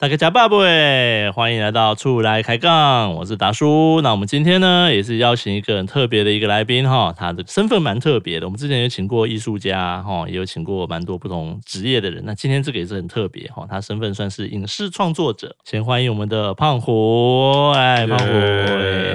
大家拜拜，欢迎来到处来开杠，我是达叔。那我们今天呢，也是邀请一个很特别的一个来宾哈，他的身份蛮特别的。我们之前有请过艺术家哈，也有请过蛮多不同职业的人。那今天这个也是很特别哈，他身份算是影视创作者。先欢迎我们的胖虎，哎，胖虎，耶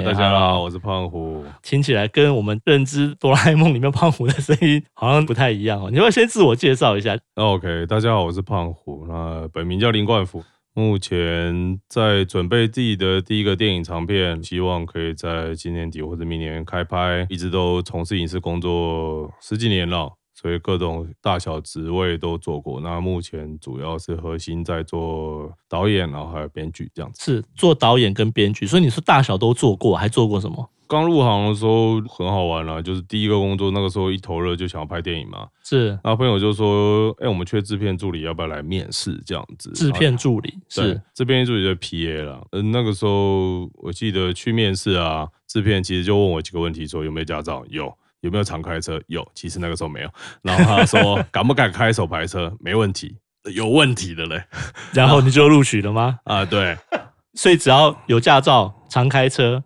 哎大家好， ，hello 我是胖虎。听起来跟我们认知哆啦 A 梦里面胖虎的声音好像不太一样哦。你要不要先自我介绍一下，那 OK，大家好，我是胖虎。那本名叫林冠甫，目前在准备自己的第一个电影长片，希望可以在今年底或者明年开拍。一直都从事影视工作十几年了。所以各种大小职位都做过，那目前主要是核心在做导演，然后还有编剧这样子。是做导演跟编剧，所以你说大小都做过，还做过什么？刚入行的时候很好玩啦、就是第一个工作，那个时候一头热就想要拍电影嘛，是那朋友就说：“哎、我们缺制片助理，要不要来面试？”这样子，制片啊助理，对是制片助理就是 PA 了。嗯，那个时候我记得去面试啊，制片其实就问我几个问题，说有没有驾照，有。有没有常开车？有，其实那个时候没有。然后他说敢不敢开手排车？没问题，呃有问题的嘞。然后你就录取了吗？啊，对所以只要有驾照、常开车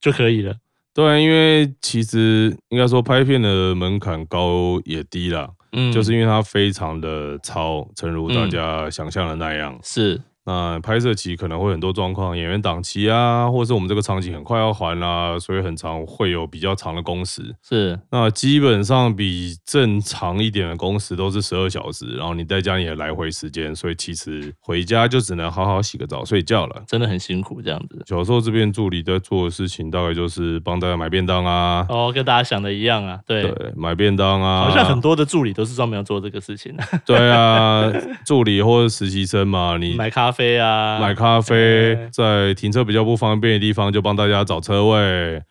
就可以了。对，因为其实应该说拍片的门槛高也低啦，嗯就是因为它非常的超，诚如大家想象的那样。是那拍摄期可能会很多状况，演员档期啊，或是我们这个场景很快要还啦、所以很长会有比较长的工时。是那基本上比正常一点的工时都是十二小时，然后你再加你的来回时间，所以其实回家就只能好好洗个澡睡觉了。真的很辛苦这样子。小时候这边助理在做的事情，大概就是帮大家买便当啊，哦，跟大家想的一样啊，对，对，买便当啊，好像很多的助理都是专门要做这个事情，对啊，助理或者实习生嘛，你买咖啡啊，买，咖啡哎，在停车比较不方便的地方就帮大家找车位，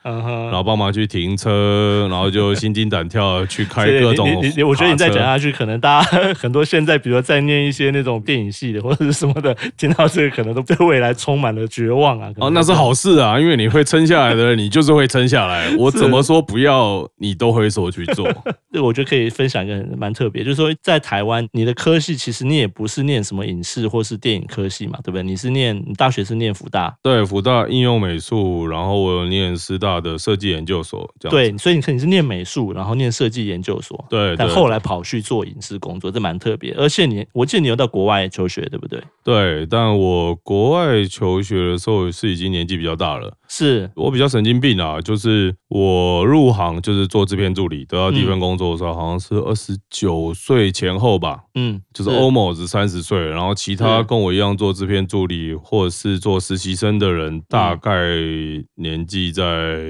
嗯然哼。后帮忙去停车，然后就心惊胆跳地去 开所以各种你你你你，我觉得你再啊卡车讲下去，可能大家 很多现在，比如说在念一些那种电影系的或者是什么的，听到这个可能都对未来充满了绝望啊。可能哦，那是好事啊，因为你会撑下来的人，你就是会撑下来。我怎么说不要，你都会说去做。这个我觉得可以分享一个很蛮特别，就是说在台湾，你的科系其实你也不是念什么影视或是电影科系嘛，对不对？你是念你大学是念福大，对，福大应用美术，然后我有念师大的设计研究所，这样子对，所以你看你是念美术，然后念设计研究所，对但对后来跑去做影视工作，这蛮特别。而且你，我记得你有到国外求学，对不对？对，但我国外求学的时候是已经年纪比较大了。是我比较神经病啊，就是我入行就是做制片助理，得到第一嗯份工作的时候，好像是二十九岁前后吧，嗯，就是欧某是三十岁，然后其他是跟我一样做制片助理或者是做实习生的人，大嗯概年纪在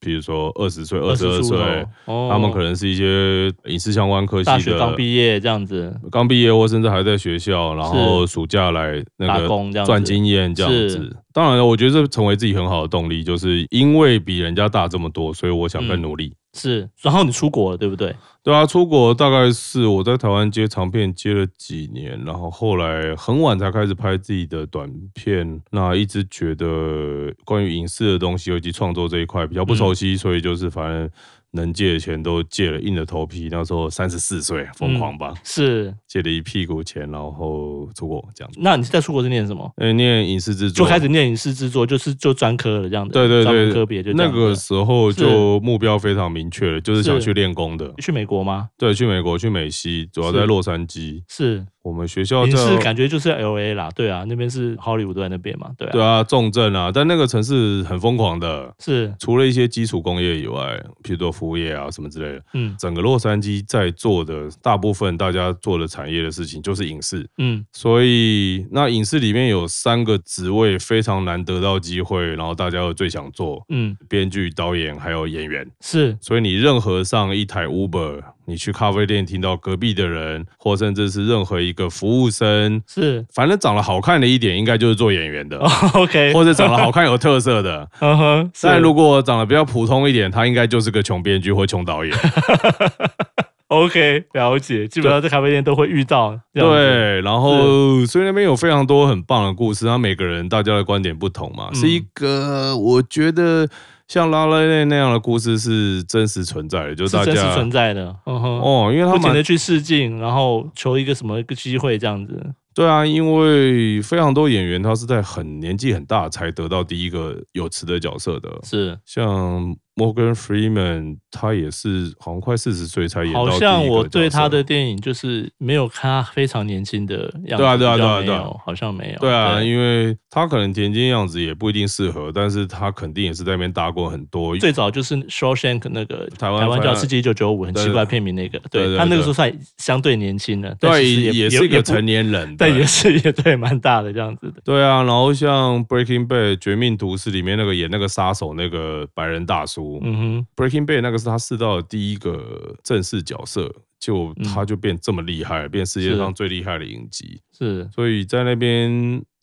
比如说二十岁、二十二出头岁，，哦他们可能是一些影视相关科大系学刚的。毕业这样子，刚毕业或甚至还在学校，然后暑假来那打工这样子个赚经验这样是子。当然了，我觉得这成为自己很好的动力，就是因为比人家大这么多，所以我想更嗯努力。是。然后你出国了，对不对？对啊，出国大概是我在台湾接长片接了几年，然后后来很晚才开始拍自己的短片。那一直觉得关于影视的东西，尤其创作这一块比较不嗯熟悉，所以就是反正能借的钱都借了，硬着头皮。那时候三十四岁，嗯疯狂吧。是。借了一屁股钱，然后出国这样子。那你是在出国是念什么？呃，念影视制就作，开始念影视制作，就是就专科了这样子，对对专门对，科别就这那样子个时候是就目标非常明确了，就是想是去练功的。去美国吗？对，去美国，去美西，主要是在洛杉矶。是，我们学校你是感在觉就是 L A 啦，对啊，那边是好莱坞都在那边嘛，对啊，对啊，重症啊，但那个城市很疯狂的。是，除了一些基础工业以外，譬如说服务业啊什么之类的，嗯整个洛杉矶在做的大部分大家做的产业的事情就是影视。嗯，所以那影视里面有三个职位非常难得到机会，然后大家又最想做嗯，编剧、导演还有演员。是所以你任何上一台 Uber，你去咖啡店听到隔壁的人，或甚至是任何一个服务生，是 反正长得好看的一点，应该就是做演员的， ，OK， 或者长得好看有特色的。嗯哼，哦 是但如果长得比较普通一点，他应该就是个穷编剧或 穷导演。 OK 了解，基本上在咖啡店都会遇到，这样子，对，然后所以那边有非常多很棒的故事，那每个人大家的观点不同嗯嘛，是一个我觉得像拉拉链那样的故事是真实存在的，就是大是真实存家在的，嗯哼，哦，因为他不停们的去试镜，然后求一个什么一个机会这样子，对啊，因为非常多演员他是在很年纪很大才得到第一个有词的角色的，是，像 Morgan Freeman，他也是好像快四十岁才演到好第一像个我角对他色的电影就是没有看他非常年轻的样子，对啊对啊比较对啊没对啊有好像没有，对啊，因为他可能田径样子也不一定适合，但是他肯定也是在那边打过很多。最早就是《Shawshank》那个台湾叫《刺激一九九五》，很对奇怪片名那个，对对他那个对时候算相对年轻了，但对，其实也也是一也个不成年 人。但也是也对蛮大的这样子的，对啊，然后像《Breaking Bad》《绝命毒师》里面那个演那个杀手那个白人大叔，嗯 Breaking Bad》那个是他试到的第一个正式角色，就他就变这么厉害，变世界嗯上是最厉害的影集。哼，是所以在那边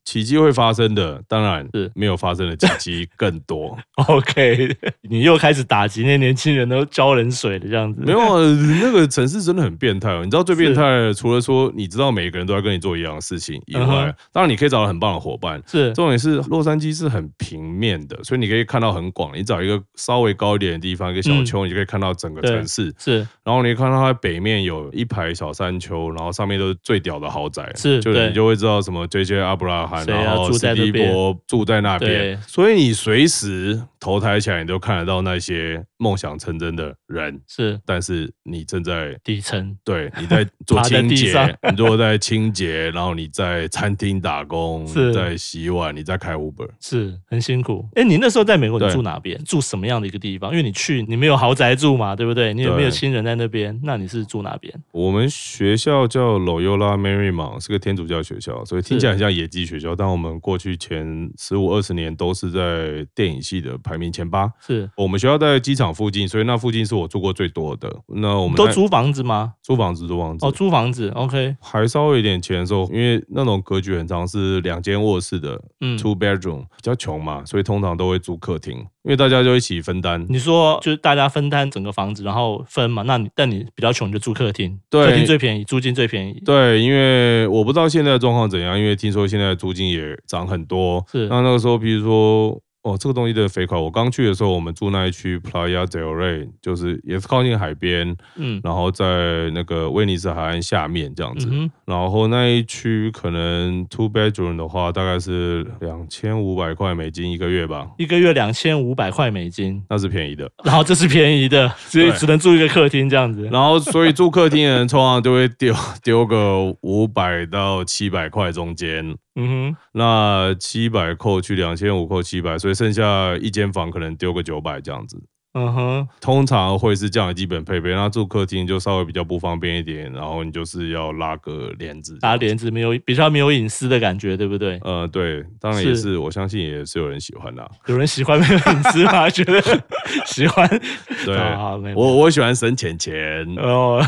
奇迹会发生的，当然是没有发生的奇 迹更多。 OK，你 又开始打击那年轻人都浇冷水的这样子，没有啊，那个城市真的很变态哦。你知道最变态的，除了说你知道每个人都在跟你做一样的事情以外，嗯哼当然你可以找到很棒的伙伴。是重点是洛杉矶是很平面的，所以你可以看到很广。你找一个稍微高一点的地方，一个小嗯丘，你就可以看到整个对城市。是然后你看到它北面有一排小山丘，然后上面都是最屌的豪宅，是就对你就会知道什么 J.J. 阿布拉罕，谁啊然后住在史那蒂边博住在那边对，所以你随时头抬起来，你都看得到那些梦想成真的人，是但是你正在。底层， 对，你在做趴在清地洁上，你如果在清洁，然后你在餐厅打工，是你在洗碗，你在开 Uber，是很辛苦。哎，你那时候在美国，你对住哪边？住什么样的一个地方？因为你去，你没有豪宅住嘛，对不对？你也没有对亲人在那边，那你是住哪边？我们学校叫 Loyola Marymount，是个天主教学校，所以听起来很像野鸡学校。但我们过去前十五二十年都是在电影系的排名前八。是我们学校在机场附近，所以那附近是我住过最多的。那我们都在租房子吗？租房子，租房子。哦，租房子，OK，还稍微有一点钱的时候，因为那种格局很长，是两间卧室的嗯。 two bedroom，比较穷嘛，所以通常都会租客厅，因为大家就一起分担。你说就是大家分摊整个房子，然后分嘛？那你但你比较穷就住客厅，对客厅最便宜，租金最便宜。 对，因为我不知道现在的状况怎样，因为听说现在租金也涨很多。是那那个时候，比如说，哦，这个东西的肥款，我刚去的时候，我们住那一区 Playa del Rey，就是也是靠近海边，嗯然后在那个威尼斯海岸下面这样嗯子。哼，然后那一区可能 two bedroom 的话，大概是两千五百块美金一个月吧，一个月两千五百块美金，那是便宜的。然后这是便宜的，所以对只能住一个客厅这样子。然后，所以住客厅的人通常就会丢 丢个五百到七百块中间，嗯哼，那七百扣去两千五扣七百，所以剩下一间房可能丢个九百这样子。嗯哼，通常会是这样的基本配备，那住客厅就稍微比较不方便一点，然后你就是要拉个帘子。打帘子没有比较没有隐私的感觉，对不对？呃，对，当然也是是，我相信也是有人喜欢 啦。有人喜欢没有隐私 吗？觉得喜欢？对好好没有我我喜欢省钱钱。哦，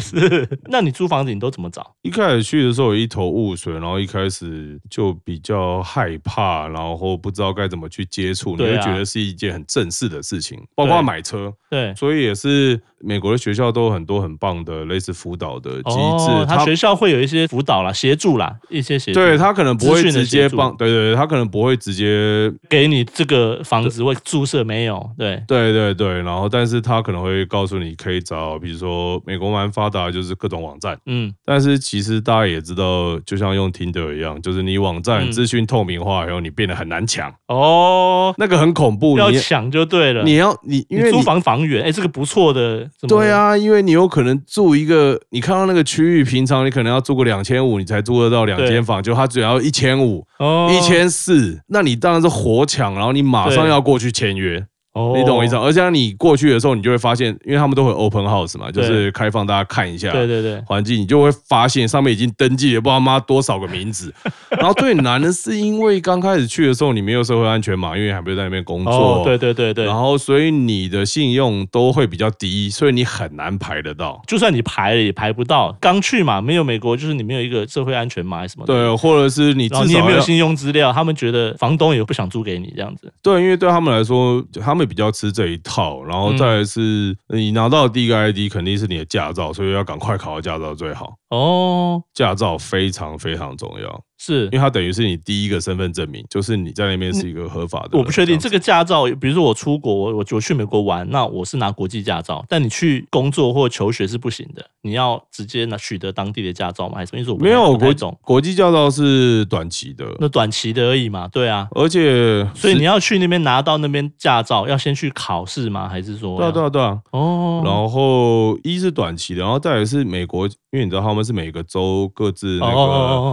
是。那你租房子你都怎么找？一开始去的时候有一头雾水，然后一开始就比较害怕，然后不知道该怎么去接触，你对会啊觉得是一件很正式的事情，包括对买车。对，所以也是美国的学校都有很多很棒的类似辅导的机制，哦，他学校会有一些辅导啦、协助啦，一些协助。对他可能不会资讯的直接协助帮，对对对，他可能不会直接，给你这个房子或宿舍没有？对，对对对，然后但是他可能会告诉你可以找，比如说美国蛮发达的就是各种网站，嗯，但是其实大家也知道，就像用 Tinder 一样，就是你网站嗯资讯透明化以后，你变得很难抢，哦，那个很恐怖，要你抢就对了。你要你因你为租你房房源，哎，这个不错的。什么对，啊，因为你有可能住一个，你看到那个区域，平常你可能要住个两千五，你才租得到两对间房，就他只要一千五、哦，一千四，那你当然是火抢，然后你马上对要过去签约，哦，你懂我意思吗？而且你过去的时候，你就会发现，因为他们都会有 open house 嘛，就对是开放大家看一下。哦对对对，环境，你就会发现上面已经登记了不知道妈多少个 名字。然后最难的是，因为刚开始去的时候你没有社会安全码，因为还没有在那边工作，哦，对对对对然，后所以你的信用都会比较低，所以你很难排得到。就算你排了也排不到，刚去嘛，没有美国就是你没有一个社会安全码还是什么的。对，或者是你至然后你也少没有要信用资料，他们觉得房东也不想租给你这样子。对，因为对他们来说，他们比较吃这一套。嗯然后再来是你拿到的第一个 ID 肯定是你的驾照，所以要赶快考到驾照最好。哦，驾照非常非常重要，是因为它等于是你第一个身份证明，就是你在那边是一个合法的人。我不确定这样子个驾照，比如说我出国，我我我去美国玩，那我是拿国际驾照，但你去工作或求学是不行的，你要直接拿取得当地的驾照吗？还是什么意思？我不太没有不太国懂，国际驾照是短期的，那短期的而已嘛，对啊。而且所以是你要去那边拿到那边驾照，要先去考试吗？还是说对要？啊对啊对啊，哦，然后一是短期的，然后再来是美国，因为你知道他们是每个州各自那哦哦哦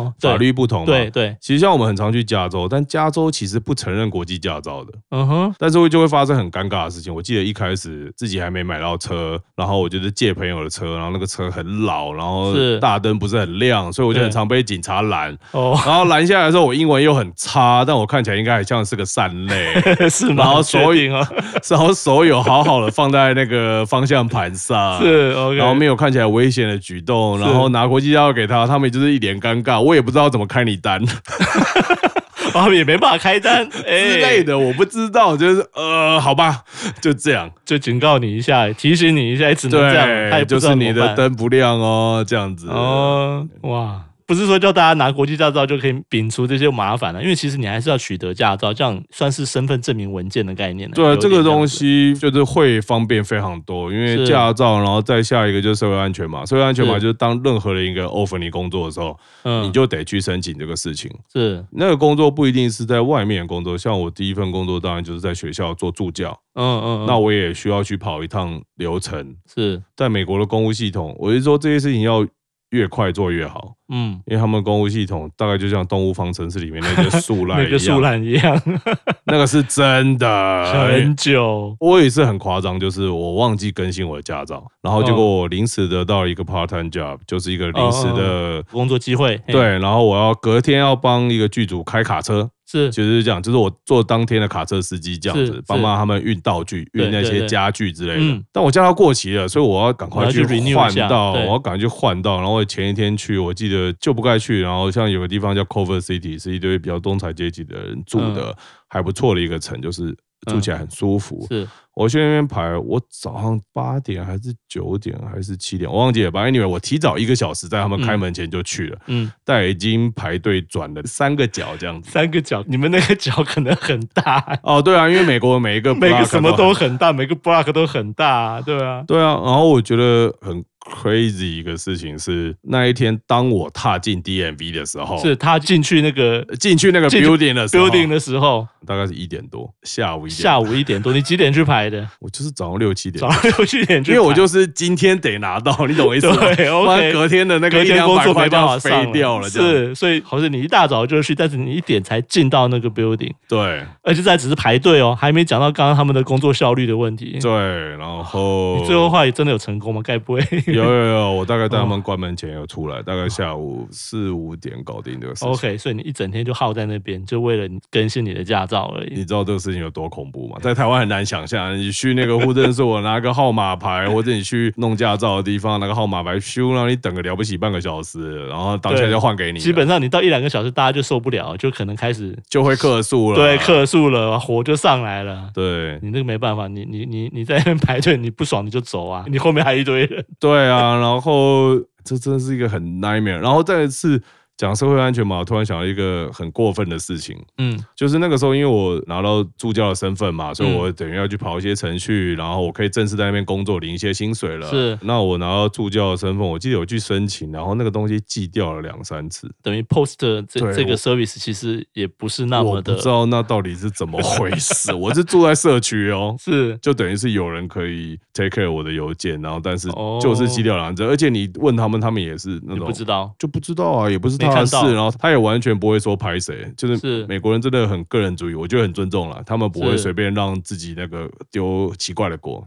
哦个对法律不同嘛。对对，其实像我们很常去加州，但加州其实不承认国际驾照的，嗯哼，但是会就会发生很尴尬的事情。我记得一开始自己还没买到车，然后我就是借朋友的车，然后那个车很老，然后是大灯不是很亮，所以我就对很常被警察拦。哦， 然后拦下来的时候，我英文又很差，但我看起来应该还像是个善类。 是吗？然后所所以以 啊，然后手有好好的放在那个方向盘上，是哦 OK，然后没有看起来危险的举动，是然后拿国际驾照给他，他们就是一脸尴尬，我也不知道怎么开你 单然后哦也没办法开单 之类，的，我不知道，就是呃，好吧，就这样，就警告你一下，提醒你一下，哎只能这样，他也对，不就知道怎是么你的办灯不亮哦，这样子，哦，哇，不是说叫大家拿国际驾照就可以摒除这些麻烦了，啊因为其实你还是要取得驾照，这样算是身份证明文件的概念了。有对，点这个东样子西就是会方便非常多，因为是驾照，然后再下一个就是社会安全码，社会安全码是就是当任何的一个 offer 你工作的时候，嗯，你就得去申请这个事情。是那个工作不一定是在外面工作，像我第一份工作当然就是在学校做助教，嗯嗯，嗯那我也需要去跑一趟流程。是在美国的公务系统，我是说这些事情要越快做越好，嗯，因为他们公务系统大概就像《动物方程式》里面那 些树懒那一样，个树懒一样，那个是真的很。久我也是很夸张，就是我忘记更新我的驾照，然后结果我临时得到了一个 part time job，就是一个临时哦的。工作机会，嘿对，然后我要隔天要帮一个剧组开卡车，是其实是这样，就是我做当天的卡车司机这样是子，帮忙他们运道具、对运那对些对家具之类嗯的。但我驾照过期了，所以我要赶快我要去 renew 一换下到，对我要赶快去换到。然后我前一天去，我记得就不该去。然后像有个地方叫 Cover City，是一堆比较中产阶级的人住嗯的，还不错的一个城，就是住起来很舒服。是我去那边排，我早上八点还是九点还是七点，我忘记了。反正 anyway，我提早一个小时在他们开门前就去了，嗯，但已经排队转了三个角这样子。三个角，你们那个角可能很 大，哦，对啊，因为美国每一 个每个 block 什么都很很大，每个 block 都很大，对啊，对啊。然后我觉得很 crazy 一个事情是，那一天当我踏进 DMV 的时候，是他进去那个进去那个进去 building 的时候 building 的时候，大概是一点多，下午一点。下午一点多，你几点去排 的？我就是早上六七点早。上六七点去因排，为我就是今天得 拿到，你懂我意思吗？对，OK 不然隔天的那个隔一天两工百作块没就办要法上飞掉了，这样，是，所以好像你一大早就去，但是你一点才进到那个 building，对而且在只是排队哦，还没讲到刚刚他们的工作效率的问题。对，然后你最后哦话也真的有成功吗？该 不会 有有有，我大概在他们关门前有出来，大概下午四五点搞定这个事情。 OK？所以你一整天就耗在那边，就为了你更新你的驾照而已。你知道这个事情有多恐怖吗？在台湾很难想象，你去那个户政所拿个号 码牌，或者你去弄驾照的地方拿个号码牌，咻，让你等个了不起半个小时，然后当下对就换给你了，啊基本上你到一两个小时，大家就受不了，就可能开始就会客诉了。对客诉了，火就上来了。对你那个没办法，你你你你在那边排队，你不爽你就走啊，你后面还一堆人。对啊，然后这真的是一个很 nightmare。然后再一次讲社会安全嘛，我突然想到一个很过分的事情，嗯，就是那个时候，因为我拿到助教的身份嘛，所以我等于要去跑一些程序，然后我可以正式在那边工作，领一些薪水了。是那我拿到助教的身份，我记得有去申请，然后那个东西寄掉了两三次， 等于 post 这对这个我 service 其实也不是那么我不的知道那到底是怎么回事。 我是住在社区哦。是就等于是有人可以 take care 我的邮件，然后但是哦就是寄掉两次，而且你问他们，他们也是那你种不知道，就不知道啊，也不是他没看的事到，然后他也完全不会说拍谁，就是是美国人真的很个人主义，我觉得很尊重了，他们不会是随便让自己那个丢奇怪的锅。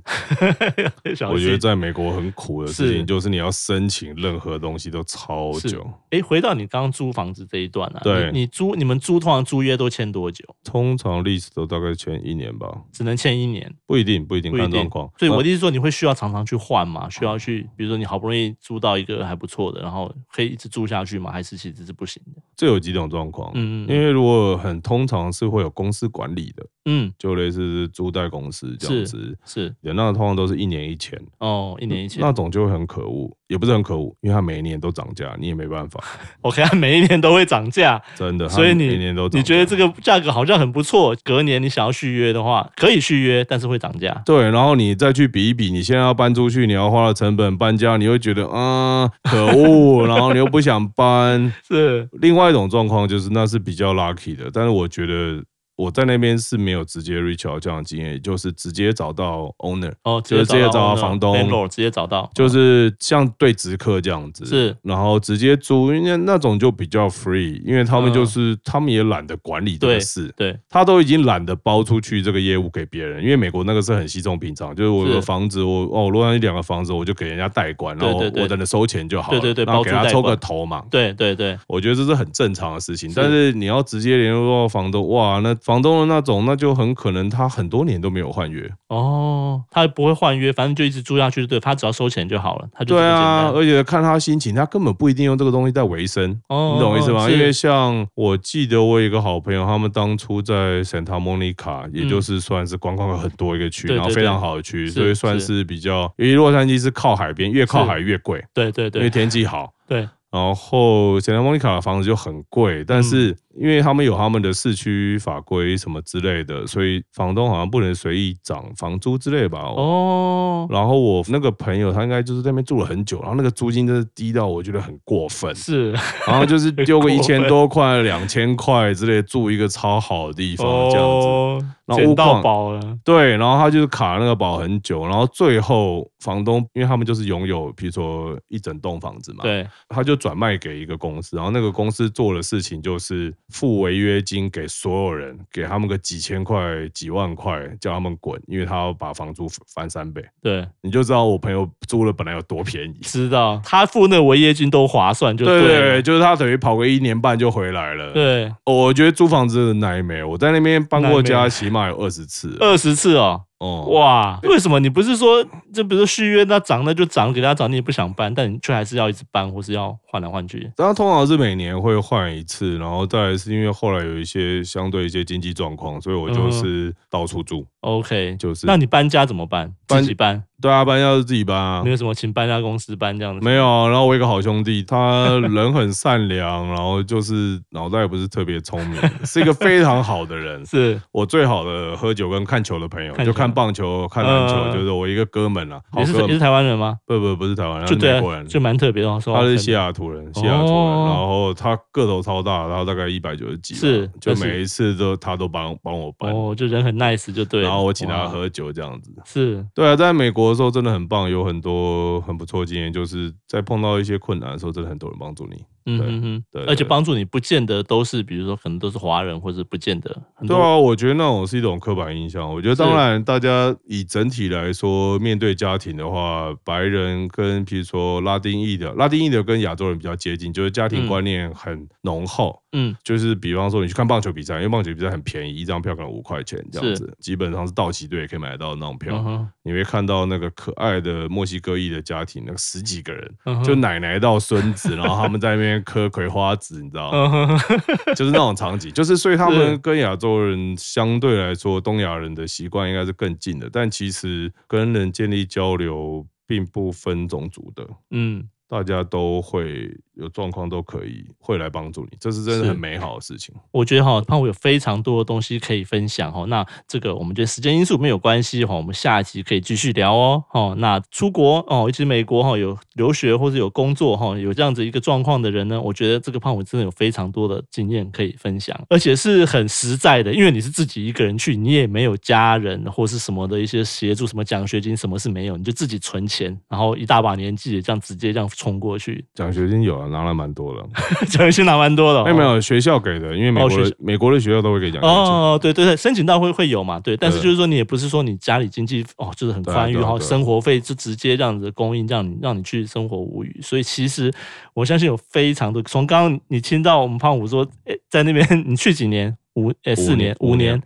小我觉得心。在美国很苦的事是情就是你要申请任何东西都超久，哎，回到你刚刚租房子这一段啊，对你你租你们租通常租约都签多久？通常历史都大概前一年吧，只能签一年，不一定不一定不一看状定况。。呃所以我那的意思说，你会需要常常去换嘛？需要去，比如说你好不容易租到一个还不错的，然后可以一直住下去嘛？还是其实是不行的？这有几种状况，嗯嗯嗯因为如果很通常是会有公司管理的，嗯，就类似租贷公司这样子。是对，那通常都是一年一签，哦，一年一签那种就会很可恶，也不是很可恶，因为它每一年都涨价，你也没办法， ，OK，它每一年都会涨价，真的。它所以每一你年都涨价你觉得这个价格好像很不错，隔年你想要续约的话，可以续约，但是会涨价。对，然后你再去比一比，你现在要搬出去，你要花的成本搬家，你会觉得啊、可恶，然后你又不想搬。是另外一种状况就是那是比较 lucky 的，但是我觉得我在那边是没有直接 reach out 这样的经验，也就是直接找到 owner，哦，就是直接找到那房东 landlord 直接找到，就是像对直客这样子，是，然后直接租，因为那种就比较 free，因为他们就是、他们也懒得管理嗯这对个事，对，他都已经懒得包出去这个业务给别人，因为美国那个是很稀松平常，就是我有是个房子，我哦，我落上一两个房子，我就给人家代管，然后对对对我等着收钱就好了，对对对然后给包他租代抽管个头嘛。对对对，我觉得这是很正常的事情，是但是你要直接联络到房东，哇，那房东的那种，那就很可能他很多年都没有换约。哦，他不会换约，反正就一直租下去，就对，他只要收钱就好了，他就这对么简啊，单。而且看他心情，他根本不一定用这个东西在维生，哦你懂我意思吗？是因为像我记得我有一个好朋友，他们当初在 Santa Monica，也就是算是观光客很多一个嗯区，对对然后非常好的区，是所以算是比较，因为洛杉矶是靠海边，越靠海越贵，对对因对为天气好。对，嗯然后 Santa Monica 的房子就很贵，但是因为他们有他们的市区法规什么之类的，所以房东好像不能随意涨房租之类吧。哦哦，然后我那个朋友他应该就是在那边住了很久，然后那个租金真是低到我觉得很过分，是 然后就是丢个很 一过分千多块、两千块之类，住一个超好的地方这样子。哦，然后捡屋到况宝了，对，然后他就是卡那个保很久，然后最后房东，因为他们就是拥有，比如说一整栋房子嘛，，对，他就转卖给一个公司，然后那个公司做的事情就是付违约金给所有人，给他们个几千块、几万块，叫他们滚，因为他要把房租翻三倍，对，你就知道我朋友租了本来有多便宜。 知道他付那违约金都划算，就对对对对，了就是他等于跑个一年半就回来了。对，哦，我觉得租房子的 nightmare，我在那边搬过难家，免起码有二十次。二十次哦，哦，哇，为什么你不是说这不是续约，那涨那就涨，给他涨，你也不想搬，但你却还是要一直搬，或是要换来换去，然后通常是每年会换一次，然后再来是因为后来有一些相对一些经济状况，所以我就嗯是到处住。 OK，就是那你搬家怎么办？搬自己搬，对啊，搬家是自己搬啊没。有什么请搬家公司搬这样子。没有啊，然后我有一个好兄弟，他人很善良，然后就是脑袋也不是特别聪明，是一个非常好的人。是我最好的喝酒跟看球的朋友，看就球看棒球、看篮嗯嗯嗯球，就是我一个哥们啊，好也是哥也是们。台湾人吗？不不不是台湾人，他就是对美国啊，人，就蛮特别的哦。说他好是看西雅图人，西雅图人，哦然后他个头超大，然后大概一百九十几吧，是就就是每一次都他都帮帮我搬，哦，就人很 nice 就对了。然后我请他哇，喝酒这样子。是对啊，在美国的时候真的很棒，有很多很不错的经验，就是在碰到一些困难的时候，真的很多人帮助你。嗯对哼哼对，而且对帮助你不见得都是，比如说可能都是华人，或者不见得很对多。啊，我觉得那种是一种刻板印象。我觉得是当然，大家以整体来说，面对家庭的话，白人跟譬如说拉丁裔的，拉丁裔的跟亚洲人比较接近，就是家嗯庭观念很浓厚。嗯，就是比方说你去看棒球比赛，因为棒球比赛很便宜，一张票可能五块钱这样是子，基本上是道奇队也可以买得到那种票。嗯哼你会看到那个可爱的墨西哥裔的家庭，那个十几个人，嗯哼就奶奶到孙子，然后他们在那边嗑葵花籽，你知道吗？嗯哼， 就是那种场景，就是所以他是们跟亚洲人相对来说，东亚人的习惯应该是更近的，但其实跟人建立交流并不分种族的。嗯，大家都会有状况，都可以会来帮助你，这是真的是很美好的事情。我觉得哈，胖虎有非常多的东西可以分享哦。那这个我们觉得时间因素没有关系哈，我们下一集可以继续聊哦。哦，那出国哦，以及美国哈有留学或者有工作哈，有这样子一个状况的人呢，我觉得这个胖虎真的有非常多的经验可以分享，而且是很实在的，因为你是自己一个人去，你也没有家人或是什么的一些协助，什么奖学金什么是没有，你就自己存钱，然后一大把年纪也这样直接这样冲过去， 奖学金有啊，拿了蛮多了。哎奖学金拿蛮多的、哦。没有没有，学校给的，因为美哦国学的校美国的学校都会给奖学金。哦，对对对，申请到会会有嘛，对，但是对就是说你也不是说你家里经济哦就是很对啊宽裕，对啊然后对啊生活费就直接这样子供应，让你让你去生活无余。所以其实我相信有非常多，从刚刚你听到我们胖虎说，诶在那边你去几年？五诶四年五五年年。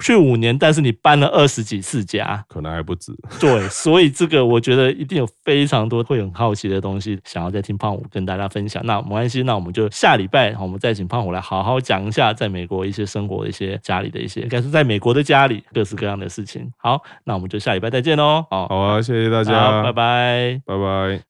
去五年，但是你搬了二十几次家，可能还不止。 对，所以这个我觉得一定有非常多会很好奇的东西，想要再听胖虎跟大家分享。那没关系，那我们就下礼拜我们再请胖虎来好好讲一下在美国一些生活的一些家里的一些，应该是在美国的家里各式各样的事情。好，那我们就下礼拜再见喽。好，好啊，谢谢大大家，拜，拜。拜拜。